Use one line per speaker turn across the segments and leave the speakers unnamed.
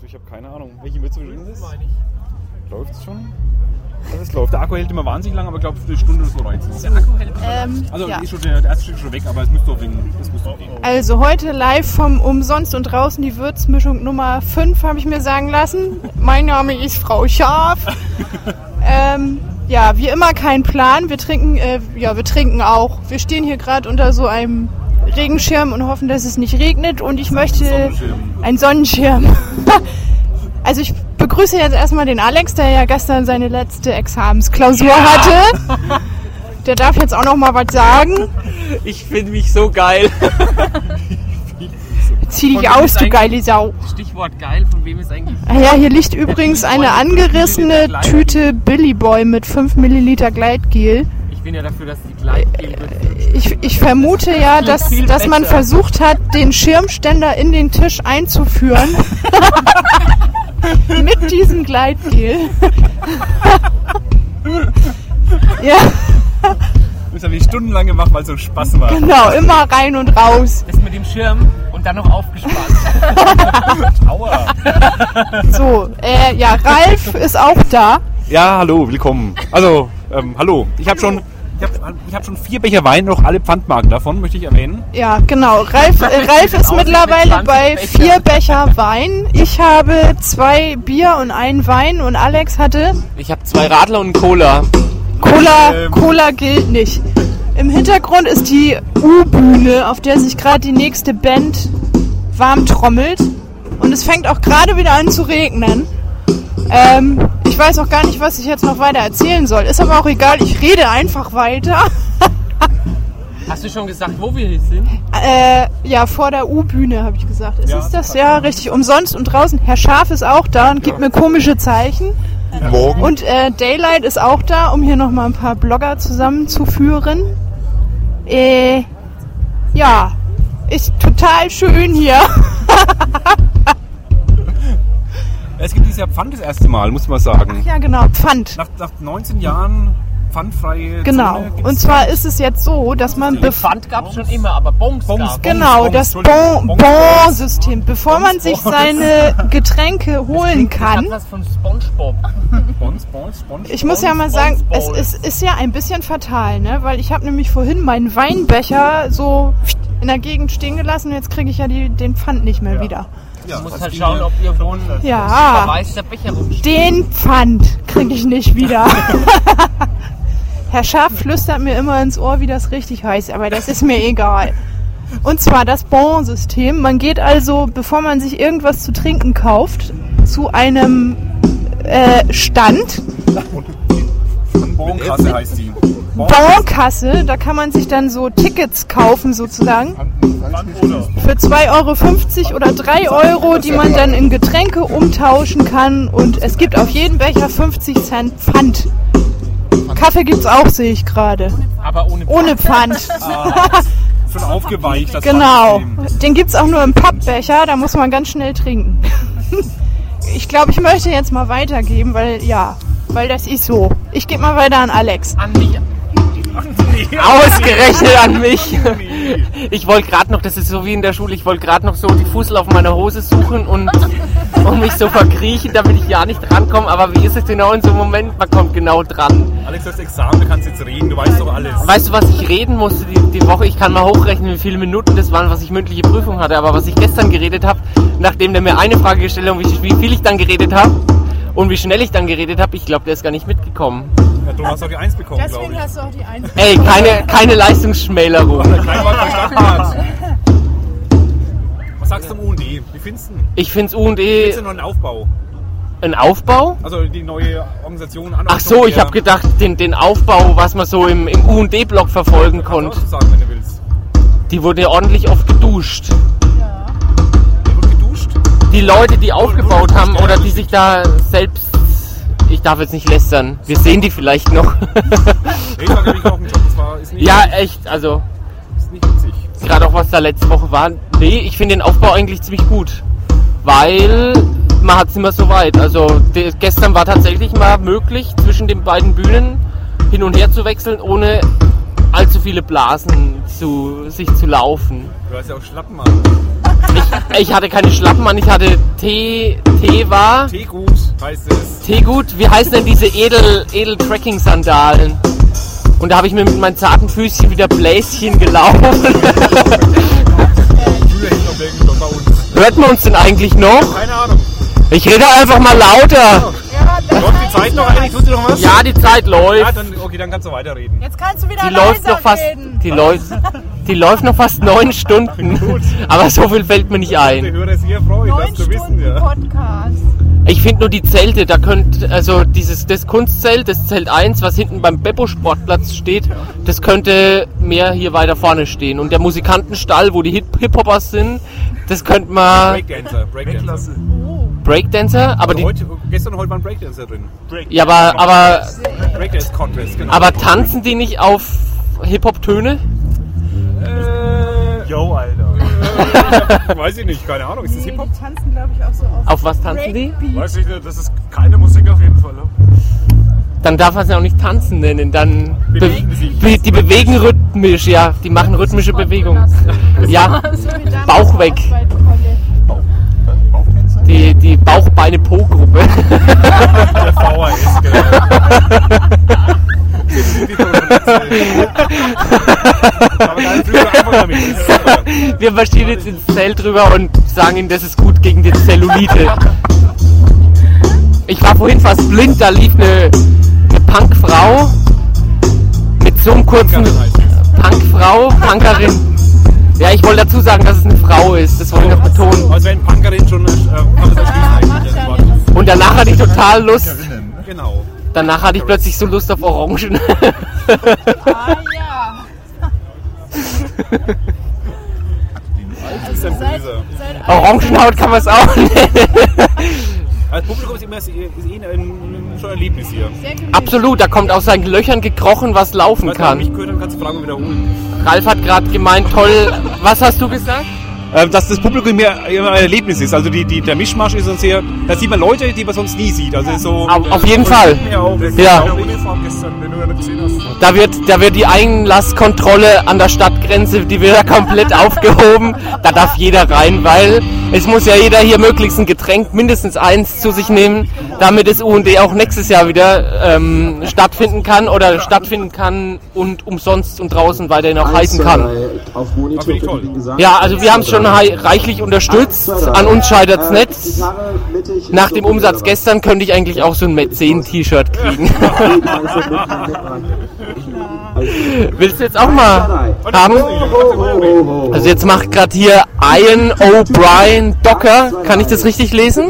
Du, ich habe keine Ahnung. Welche Mitsubishi ist es?
meine ich.
Läuft's schon? Also es läuft. Der Akku hält immer wahnsinnig lang, aber ich glaube für eine Stunde oder so reicht es.
Der Akku hält immer.
Ähm,
Also
ja.
ist schon der, der erste Stück schon weg, aber es müsste auch wegen. Das müsste auch gehen.
Also heute live vom Umsonst und draußen die Würzmischung Nummer 5 habe ich mir sagen lassen. Mein Name ist Frau Scharf. ähm, ja, wie immer kein Plan. Wir trinken, äh, ja, wir trinken auch. Wir stehen hier gerade unter so einem Regenschirm und hoffen, dass es nicht regnet. Und ich möchte
Sonnenschirm.
ein Sonnenschirm. also ich begrüße jetzt erstmal den Alex, der ja gestern seine letzte Examensklausur hatte. Der darf jetzt auch noch mal was sagen.
Ich finde mich so geil.
Zieh
Und
dich
du
aus,
bist
du
eigentlich-
geile Sau.
Stichwort geil, von wem ist eigentlich.
Ah ja, hier liegt übrigens eine angerissene Tüte Billy Boy mit 5 Milliliter Gleitgel.
Ich bin ja dafür, dass die gleich gehen wird.
Ich, ich vermute ja, dass,
Viel
dass man
besser.
versucht hat, den Schirmständer in den Tisch einzuführen. mit diesem Gleitgel. ja,
Das habe ich stundenlang gemacht, weil es so Spaß war.
genau, immer rein und raus.
Das mit dem Schirm und dann noch aufgespannt.
Aua.
So, äh, ja, Ralf ist auch da.
Ja, hallo, Oh, willkommen. Also, ähm, hallo. Ich habe schon, ich hab, ich hab schon vier Becher Wein, noch alle Pfandmarken davon, möchte ich erwähnen.
Ja, genau. Ralf, äh, Ralf ist
Aussicht mit
mittlerweile
20
bei
Becher.
vier Becher Wein. Ich habe zwei Bier und einen Wein und Alex hatte
Ich habe zwei Radler und einen Cola.
Cola. Cola gilt nicht. Im Hintergrund ist die U-Bühne, auf der sich gerade die nächste Band warm trommelt. Und es fängt auch gerade wieder an zu regnen. Ähm, ich weiß auch gar nicht, was ich jetzt noch weiter erzählen soll. Ist aber auch egal, ich rede einfach weiter.
Hast du schon gesagt, wo wir hier sind?
Äh, ja, vor der U-Bühne, habe ich gesagt. Ist
Ja,
es
das
das? Ja, richtig. Umsonst und draußen. Herr Schaf ist auch da und gibt mir komische Zeichen.
Morgen.
Und äh, Daylight ist auch da, um hier nochmal ein paar Blogger zusammenzuführen. Äh, ja, ist total schön hier.
Es gibt dieses Jahr Pfand das erste Mal, muss man sagen.
Ja, genau, Pfand.
Nach, nach 19 Jahren pfandfreie
Genau.
Zone gibt's-
Und zwar ist es jetzt so, dass man... bef-
Pfand gab es schon immer, aber Bongs
Bongs.
gab's.
Genau,
Bonbons,
das
Entschuldigung,
Bon-
Bonbons.
Bon-System. Bevor man sich seine Getränke holen kann,
Ich hab was von Spongebob.
Spons, Spons, Spons.
Ich muss ja mal
Bonbons,
sagen, es
Bonbons.
ist, ist ja ein bisschen fatal, ne? Weil ich habe nämlich vorhin meinen Weinbecher so in der Gegend stehen gelassen und jetzt kriege ich ja die, den Pfand nicht mehr wieder.
ja,
Du musst
das
halt
ging
schauen,
ja.
ob ihr wohnt. Da
Ja,
weiß der Becher rumsteht.
den Pfand kriege ich nicht wieder. Herr Schaaf flüstert mir immer ins Ohr, wie das richtig heißt, aber das ist mir egal. Und zwar das Bon-System. Man geht also, bevor man sich irgendwas zu trinken kauft, zu einem äh, Stand,
Bonkasse heißt die.
Bonkasse, da kann man sich dann so Tickets kaufen sozusagen. Für 2,50 Euro oder 3 Euro, die man dann in Getränke umtauschen kann. Und es gibt auf jeden Becher 50 Cent Pfand. Kaffee gibt's auch, sehe ich gerade.
Aber ohne
Ohne Pfand.
Schon aufgeweicht. Das
Genau.
Pfandsystem.
Den gibt's auch nur im Pappbecher, da muss man ganz schnell trinken. Ich glaube, ich möchte jetzt mal weitergeben, weil ja, weil das ist so. Ich gebe mal weiter an Alex.
An mich.
Ausgerechnet an mich. Ich wollte gerade noch, das ist so wie in der Schule, ich wollte gerade noch so die Fussel auf meiner Hose suchen und, und mich so verkriechen, damit ich ja nicht rankomme. Aber wie ist es genau in so einem Moment? Man kommt genau dran.
Alex, du hast Examen, du kannst jetzt reden, du weißt doch alles.
Weißt du, was ich reden musste die, die Woche? Ich kann mal hochrechnen, wie viele Minuten das waren, was ich mündliche Prüfung hatte. Aber was ich gestern geredet habe, nachdem der mir eine Frage gestellt hat, und wie, wie viel ich dann geredet habe und wie schnell ich dann geredet habe, ich glaube, der ist gar nicht mitgekommen.
Ja, du hast doch die Eins bekommen, glaube ich.
hast du auch die 1.
Ey, keine, keine Leistungsschmälerung.
Keiner war verstanden hat. Was sagst du zum UND? Wie findest du denn?
Ich find's
Ist
U&E
ja noch ein Aufbau.
ein Aufbau?
Also die neue Organisation.
Ach so, ich habe gedacht, den, den Aufbau, was man so im, im U&D-Block verfolgen
Kannst
konnte,
du auch sagen, wenn du willst.
die wurde ordentlich oft geduscht.
Der wird geduscht.
Die Leute, die aufgebaut haben oder die sich da selbst... Ich darf jetzt nicht lästern. Wir sehen die vielleicht noch.
Nee, ich war nämlich auch ein Job. Das war, ist nicht,
ja, echt, also
ist nicht witzig.
gerade auch was da letzte Woche war. Nee, ich finde den Aufbau eigentlich ziemlich gut, weil man hat es immer so weit. Also de- gestern war tatsächlich mal möglich, zwischen den beiden Bühnen hin und her zu wechseln, ohne allzu viele Blasen zu sich zu laufen.
Du hast ja auch Schlappen an.
Ich hatte keine Schlappen an, ich hatte Tee, Tee war.
Teegut heißt es.
Teegut, wie heißen denn diese edel, edel Trekking-Sandalen? Und da habe ich mir mit meinen zarten Füßchen wieder Bläschen gelaufen.
Früher hing doch irgendwo bei uns.
Hört man uns denn eigentlich noch?
Keine Ahnung.
Ich rede einfach mal lauter.
Läuft die Zeit noch eigentlich? Tut ihr noch was?
Ja, die Zeit läuft.
Ja, dann, okay, dann kannst du weiterreden.
Jetzt kannst du wieder
Die läuft
leiser
noch fast.
reden.
Die läuft. Die läuft noch fast neun Stunden. Aber so viel fällt mir nicht
Die
ein.
Hörer sehr freuen, das
Neun
zu wissen,
Stunden
ja.
Podcast.
Ich finde nur die Zelte, da könnt, also dieses das Kunstzelt, das Zelt 1, was hinten beim Beppo-Sportplatz steht, das könnte mehr hier weiter vorne stehen. Und der Musikantenstall, wo die Hip- Hip-Hoppers sind, das könnte man
Breakdancer, Breakdancer.
Breakdancer, aber
Also
die,
heute, gestern und heute waren Breakdancer drin.
ja, aber, aber,
Breakdance Contest, genau.
aber tanzen die nicht auf Hip-Hop-Töne?
äh,
Yo, Alter.
weiß ich nicht, keine Ahnung. Ist das Hip-Hop?
Die tanzen, glaube ich, auch so auf.
Auf was tanzen die?
Weiß ich nicht, das ist keine Musik auf jeden Fall. ne?
Dann darf man es ja auch nicht tanzen nennen, dann be
Bewegen sich.
be die bewegen rhythmisch, ja, die machen rhythmische Bewegungen. Ja, Bauch weg. Die, die Bauchbeine-Po-Gruppe.
Der VHS, genau. Aber dann drüber einfach damit.
Wir marschieren jetzt ins Zelt drüber und sagen ihnen, das ist gut gegen die Zellulite. Ich war vorhin fast blind, da lief eine, eine Punkfrau mit so einem kurzen Punkfrau, Punkerin. Ja, ich wollte dazu sagen, dass es eine Frau ist, das wollte ich noch betonen.
Als wenn Punkerin schon äh, alles erschließt eigentlich. Das war-
Und danach hatte ich total Lust.
Genau.
Danach hatte ich plötzlich so Lust auf Orangen.
Ah ja.
Das ist ein
Also Seit,
Böser.
seit
Orangenhaut kann man es auch nennen.
Als Publikum ist immer ist eh ein, schon ein Erlebnis hier.
sehr gemütlich.
Absolut, da kommt aus seinen Löchern gekrochen, was laufen
Falls man
kann.
mich gehört, dann kannst du Fragen wiederholen.
Ralf hat gerade gemeint, toll. Was hast du gesagt?
Ähm, dass das Publikum mehr immer ein Erlebnis ist. Also die, die, der Mischmasch ist uns hier, da sieht man Leute, die man sonst nie sieht. Also ist so
Au- auf jeden Fall. Ja.
ja.
Eine Uniform gestern, wenn du ja nicht gesehen hast.
Da wird, da wird die Einlasskontrolle an der Stadtgrenze, die wird da komplett aufgehoben. Da darf jeder rein, weil es muss ja jeder hier möglichst ein Getränk, mindestens eins zu sich nehmen, damit es U&D auch nächstes Jahr wieder ähm, stattfinden kann oder stattfinden kann und umsonst und draußen weiterhin auch heißen kann.
äh, Auf Monitor
finde ich
wird
toll.
Ihnen gesagt.
Ja, also wir haben es schon hei- reichlich unterstützt. An uns scheitert's
Äh,
nicht.
Gitarre mittig
Nach
ist
dem
okay
Umsatz
dabei.
gestern könnte ich eigentlich auch so ein Mäzen-T-Shirt kriegen. Willst du jetzt auch mal haben?
Oh,
Also jetzt macht gerade hier Ian O'Brien Docker. Kann ich das richtig lesen?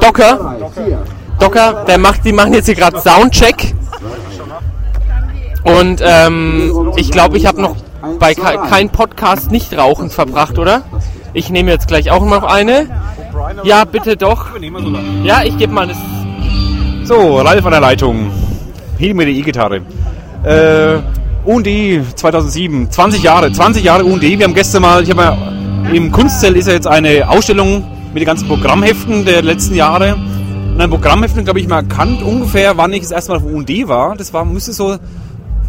Docker? Docker, der macht, die machen jetzt hier gerade Soundcheck. Und ähm, ich glaube, ich habe noch bei ke kein Podcast nicht rauchend verbracht, oder? Ich nehme jetzt gleich auch noch eine. Ja, bitte doch. Ja, ich gebe mal das.
So, Ralf an der Leitung. Hielt mir die E-Gitarre. Äh, UND 2007, 20 Jahre, 20 Jahre UND. Wir haben gestern mal, ich habe ja, im Kunstzell ist ja jetzt eine Ausstellung mit den ganzen Programmheften der letzten Jahre. Und an Programmheften habe ich mal erkannt, ungefähr wann ich das erste Mal auf UND war. Das war, müsste so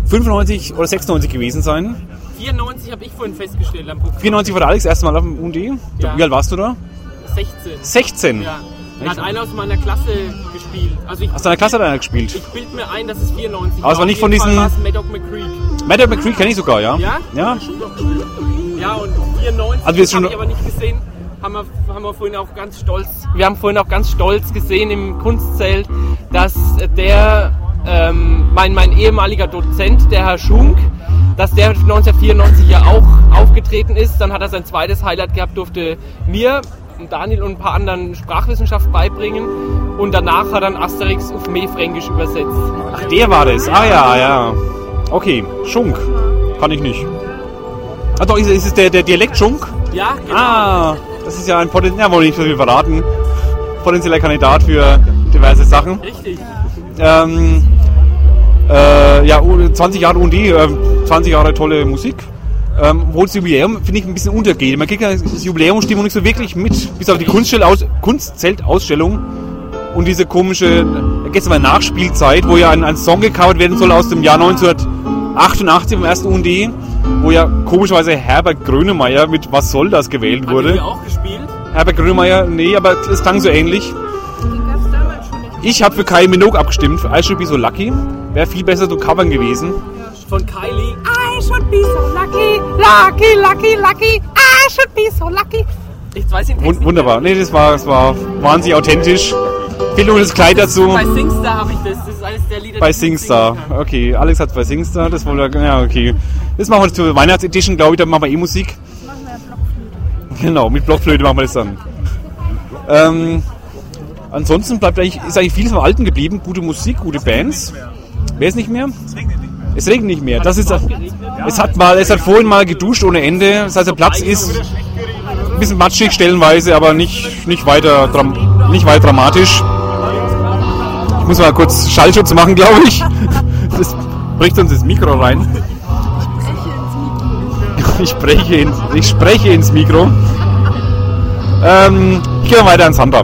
95 oder 96 gewesen sein.
94 habe ich vorhin festgestellt am Programm.
94 Genau, war der Alex das erste Mal auf dem UND.
Ja.
Wie alt warst du da?
16.
16.
Ja. Da hat einer aus meiner Klasse gespielt. Also ich,
Aus deiner Klasse hat einer gespielt.
Ich bild mir ein, dass es 94
Aber es war nicht von diesen-
Fall war es Madoc McCreek.
Matt McCree kenne ich sogar, ja?
Ja?
Ja,
Ja, und 94
Also wir sind
hab
schon-
ich aber nicht gesehen. Haben wir, haben wir vorhin auch ganz stolz. Wir haben vorhin auch ganz stolz gesehen im Kunstzelt, dass der ähm, mein, mein ehemaliger Dozent, der Herr Schunk, dass der 1994 ja auch aufgetreten ist. Dann hat er sein zweites Highlight gehabt, durfte mir, Daniel und ein paar anderen Sprachwissenschaft beibringen. Und danach hat dann Asterix auf Mefränkisch übersetzt.
Ach, der war das. Ah ja, ja. Okay, Schunk. Kann ich nicht. Ah doch, ist, ist es der, der Dialekt Schunk?
Ja, genau.
Ah, das ist ja ein potenzieller, ja, wollte ich nicht so viel verraten, potenzieller Kandidat für diverse Sachen.
Richtig.
Ähm, äh, ja, U- 20 Jahre Undi, äh, 20 Jahre tolle Musik. Ähm, wo das Jubiläum, finde ich, ein bisschen untergeht. Man kriegt ja das Jubiläumsstimmung nicht so wirklich mit, bis auf die Kunststell- aus- Kunstzeltausstellung und diese komische, äh, gestern mal Nachspielzeit, wo ja ein, ein Song gecovert werden soll aus dem Jahr 1988 vom ersten UND, wo ja komischerweise Herbert Grönemeyer mit Was soll das
Wurde?
gewählt
Haben
wurde.
wir auch gespielt?
Herbert Grönemeyer, nee, aber es klang so ähnlich. Ich habe für Kai Minogue abgestimmt, für I Should Be So Lucky. Wäre viel besser zu covern gewesen.
Von Kylie.
I should be so lucky, lucky, lucky, lucky. I should be so lucky.
Ich weiß den Text
Wund
nicht.
wunderbar. Nee, das war, das war wahnsinnig authentisch. Fehlt nur das Kleid dazu.
Bei Singstar habe ich das. Das ist eines der Lieder. die
Bei
ich nicht
Singstar.
singen kann.
Okay, Alex hat bei Singstar. Das wollte er. Ja, okay. Das machen wir jetzt zur Weihnachtsedition, glaube ich. Dann machen wir eh Musik. Genau, mit Blockflöte machen wir das dann. Ähm, ansonsten bleibt eigentlich, ist eigentlich viel vom Alten geblieben. Gute Musik, gute Bands. Wer ist nicht mehr? Es regnet nicht mehr. Das ist, es hat mal, es hat vorhin mal geduscht ohne Ende. Das heißt, der Platz ist ein bisschen matschig stellenweise, aber nicht, nicht, weiter, dram- nicht weit dramatisch. Ich muss mal kurz Schallschutz machen, glaube ich. Das bricht uns ins Mikro rein. Ich spreche ins, ich spreche ins Mikro. Ähm, ich gehe mal weiter ans Handball.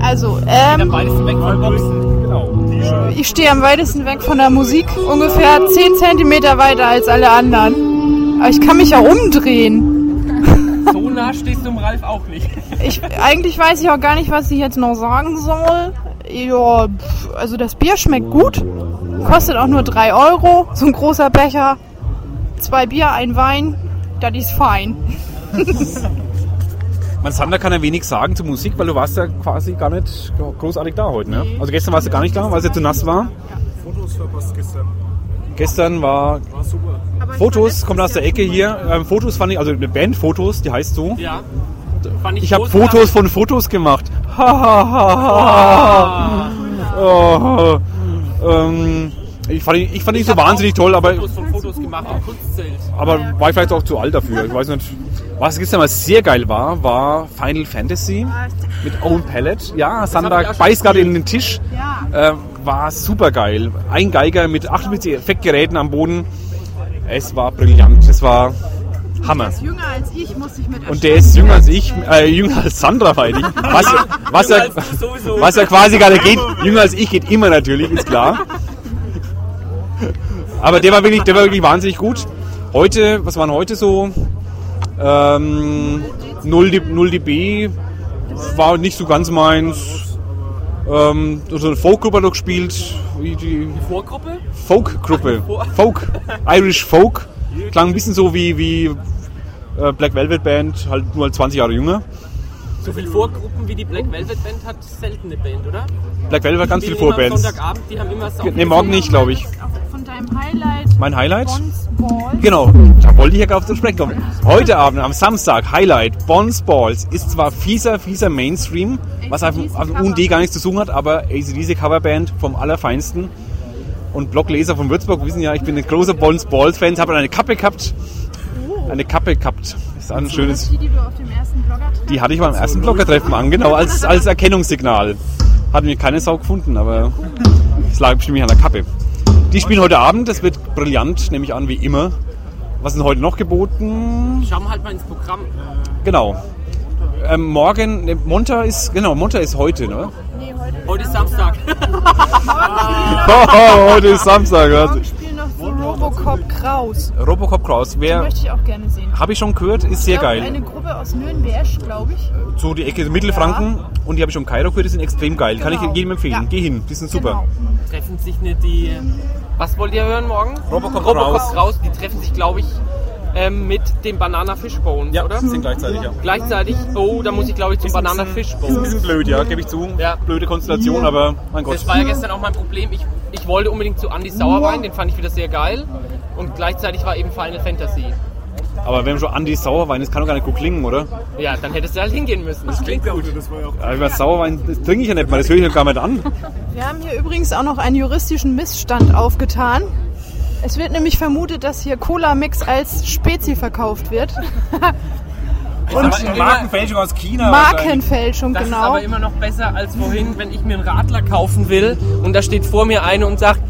Also, ähm,
Beides weg von Boxen.
ich stehe am weitesten weg von der Musik, ungefähr 10 Zentimeter weiter als alle anderen. Aber ich kann mich ja umdrehen.
So nah stehst du im Ralf auch nicht.
Ich, eigentlich weiß ich auch gar nicht, was ich jetzt noch sagen soll. Ja, pf, also das Bier schmeckt gut. Kostet auch nur 3 Euro. So ein großer Becher. Zwei Bier, ein Wein. Das ist fein.
Mein Sander kann ja wenig sagen zur Musik, weil du warst ja quasi gar nicht großartig da heute. Ne? Also gestern warst du gar nicht da, weil es ja zu nass war.
Fotos verpasst gestern.
Gestern war
War super.
Fotos, kommt aus der Ecke hier. Ähm, Fotos fand ich, also eine Band Fotos, die heißt so.
Ja. Fand
Ich habe
großartig.
Fotos von Fotos gemacht. Ha, ha, ha, ha. Oh, ähm, ich fand ihn, ich fand ihn so
hab auch
wahnsinnig toll, aber,
Fotos von Fotos gemacht im Kunstzelt.
aber war ich vielleicht auch zu alt dafür. Ich weiß nicht. Was gestern mal sehr geil war, war Final Fantasy mit Own Palette. Ja,
hab ich
Sandra
auch schon
beißt gerade in den Tisch. Ähm, war super geil. Ein Geiger mit 48 Effektgeräten am Boden. Es war brillant. Es war Hammer.
Jünger als ich muss ich mit
Und der ist jünger als ich, äh, jünger als Sandra, meine ich. Was, was,
Jünger
er,
als du sowieso.
was er quasi gerade geht, jünger als ich geht immer natürlich, ist klar. Aber der war wirklich, der war wirklich wahnsinnig gut. Heute, was waren heute so? Ähm, 0, D- 0 dB war nicht so ganz meins. Ähm, so eine Folkgruppe hat noch gespielt. Die- die-
Vorgruppe?
Folk-Gruppe. Folk. Irish Folk. Klang ein bisschen so wie, wie äh, Black Velvet Band, halt nur halt 20 Jahre jünger.
So viele Vorgruppen wie die Black Velvet Band hat selten eine Band, oder?
Black Velvet hat ganz viele
Die immer am
Vorbands.
Sonntagabend, die haben immer Sau.
Ne, morgen nicht, glaube ich.
Von deinem Highlight
Mein Highlight?
Bonds Balls.
Genau, da wollte ich ja gerade zu sprechen kommen. Heute Abend, am Samstag, Highlight, Bonds Balls, ist zwar fieser, fieser Mainstream, was auf, auf dem UND gar nichts zu suchen hat, aber ACDC Coverband vom Allerfeinsten. Und Blogleser von Würzburg wissen ja, ich bin ein großer Bonds Balls-Fan, habe eine Kappe gehabt. Eine Kappe gehabt. Ist ein schönes.
Die, die du auf dem ersten Blogger treffen.
Die hatte ich beim ersten Blockertreffen an, genau, als, als Erkennungssignal. Hat mir keine Sau gefunden, aber es lag bestimmt nicht an der Kappe. Die spielen heute Abend, das wird brillant, nehme ich an, wie immer. Was ist denn heute noch geboten?
Schauen wir halt mal ins Programm.
Genau. Ähm, morgen, ne, Monta ist, genau, Monta ist heute, ne?
Heute ist Samstag.
Oh, heute ist Samstag. was?
Morgen spielen noch so
Robocop Kraus.
Robocop Kraus, wer,
Möchte ich auch gerne sehen.
habe ich schon gehört, ist sehr
Ich glaube,
geil.
Eine Gruppe aus Nürnberg, glaube ich.
So die Ecke Mittelfranken und die habe ich schon Kairo gehört, die sind extrem geil. Kann
Genau.
ich jedem empfehlen.
Ja.
Geh hin, die sind super.
Genau.
treffen sich nicht die. Was wollt ihr hören morgen?
Robocop Kraus.
Kraus. Die treffen sich, glaube ich, ähm, mit dem Banana Fishbone, oder?
sind gleichzeitig, ja.
Gleichzeitig, oh, da muss ich glaube ich zum Banana
Ist ein
Fishbone.
bisschen blöd, ja, gebe ich zu.
Ja.
Blöde Konstellation, aber mein Gott.
Das war ja gestern auch mein Problem. Ich, ich wollte unbedingt zu Andy Sauerwein, den fand ich wieder sehr geil. Und gleichzeitig war eben Final Fantasy.
Aber wenn schon Andi Sauerwein ist, kann doch gar nicht gut klingen, oder?
Ja, dann hättest du halt hingehen müssen. Das klingt
Gut, das war ja auch.
Ja, ich meine, Sauerwein das trinke ich ja nicht mal, das höre ich ja gar nicht an.
Wir haben hier übrigens auch noch einen juristischen Missstand aufgetan. Es wird nämlich vermutet, dass hier Cola-Mix als Spezi verkauft wird.
Und
Markenfälschung aus China.
Markenfälschung,
Das ist
genau.
aber immer noch besser als vorhin, wenn ich mir einen Radler kaufen will und da steht vor mir eine und sagt,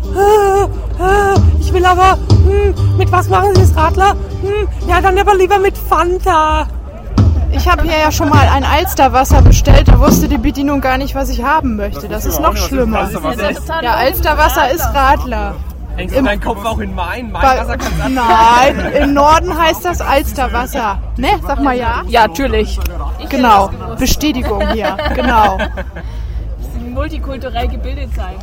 Ich will aber, hm, mit was machen Sie das Radler? Hm, ja, dann aber lieber mit Fanta.
Ich habe hier ja schon mal ein Alsterwasser bestellt, da wusste die Bedienung gar nicht, was ich haben möchte. Das ist noch schlimmer. Ja, Alsterwasser ist Radler.
hängst du deinen Kopf auch in meinen? Mein
Bei-
Wasser kannst du
Nein, im Norden heißt das Alsterwasser. Ne, sag mal ja.
Ja, natürlich.
Genau, Bestätigung hier, genau.
multikulturell gebildet sein.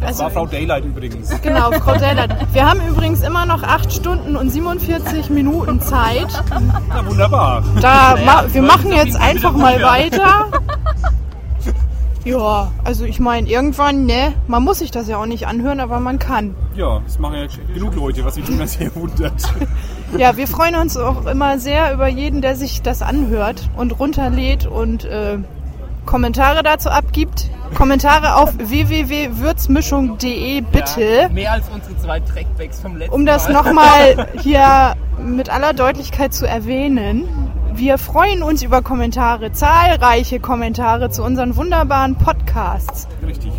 Das war Frau Daylight übrigens.
Also, Genau, Frau Dellert. Wir haben übrigens immer noch 8 Stunden und 47 Minuten Zeit.
Na wunderbar.
Da ma wir machen jetzt einfach mal weiter. Ja, also ich meine, irgendwann, ne, man muss sich das ja auch nicht anhören, aber man kann.
Ja, das machen ja genug Leute, was mich immer sehr wundert.
Ja, wir freuen uns auch immer sehr über jeden, der sich das anhört und runterlädt und äh, Kommentare dazu abgibt. Kommentare auf www.würzmischung.de bitte.
Mehr als unsere zwei Trackbacks vom letzten
um das
Mal.
nochmal hier mit aller Deutlichkeit zu erwähnen, wir freuen uns über Kommentare, zahlreiche Kommentare zu unseren wunderbaren Podcasts.
Richtig.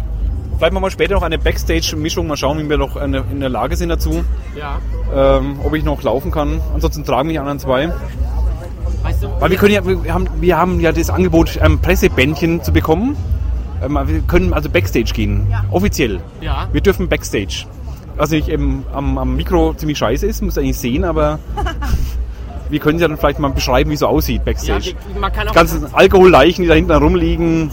Vielleicht machen wir später noch eine Backstage-Mischung. Mal schauen, wie wir noch eine, in der Lage sind dazu.
Ja.
Ähm, ob ich noch laufen kann. Ansonsten tragen mich die anderen zwei.
Weißt du,
Weil wir können ja, wir haben, wir haben ja das Angebot, ähm, Pressebändchen zu bekommen. Ähm, wir können also Backstage gehen. Offiziell.
Ja.
Wir dürfen Backstage. Was nicht ähm, am, am Mikro ziemlich scheiße ist, muss eigentlich sehen, aber wir können ja dann vielleicht mal beschreiben, wie es so aussieht
ja,
Backstage.
wir, man kann
Die
auch
ganzen Alkoholleichen, die da hinten rumliegen.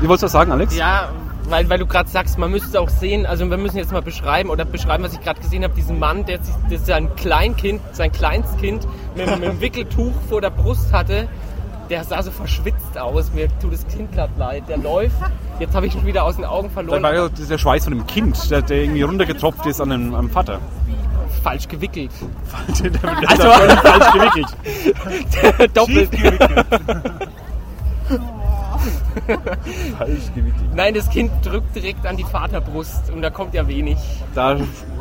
Du wolltest was sagen, Alex?
Ja, weil, weil du gerade sagst, man müsste auch sehen, also wir müssen jetzt mal beschreiben oder beschreiben, was ich gerade gesehen habe, diesen Mann, der sich, das ist ja ein Kleinkind, sein Kleinstkind mit, mit einem Wickeltuch vor der Brust hatte. Der sah so verschwitzt aus, mir tut das Kind gerade leid. Der läuft, jetzt habe ich ihn wieder aus den Augen
Da
verloren,
war ja der Schweiß von dem Kind, der, der irgendwie runtergetropft ist an den am Vater.
falsch gewickelt.
der wird also, falsch gewickelt.
Doppelt.
Falsch gewickelt.
Nein, das Kind drückt direkt an die Vaterbrust und da kommt ja wenig.
Da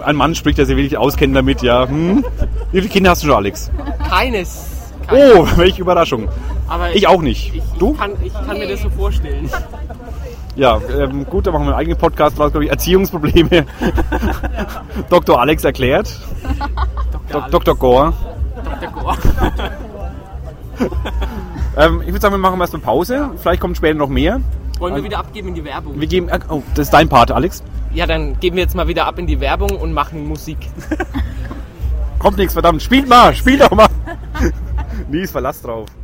ein Mann spricht, der sich wirklich auskennt damit, ja. Hm? Wie viele Kinder hast du schon, Alex?
Keines. Keines.
Oh, welche Überraschung.
Aber
Ich auch nicht.
Ich,
Du?
Ich kann, ich kann mir das so vorstellen.
Ja, ähm, gut, da machen wir einen eigenen Podcast draus, glaube ich. Erziehungsprobleme. Dr. Alex erklärt. Dok- Dr. Gore.
Der Gore.
Ähm, ich würde sagen, wir machen erstmal Pause. Vielleicht kommt später noch mehr.
Wollen wir wieder abgeben in die Werbung?
Wir geben. Oh, das ist dein Part, Alex.
Ja, dann geben wir jetzt mal wieder ab in die Werbung und machen Musik.
Kommt nichts, verdammt. Spielt mal, spielt doch mal. Nies, Verlass drauf.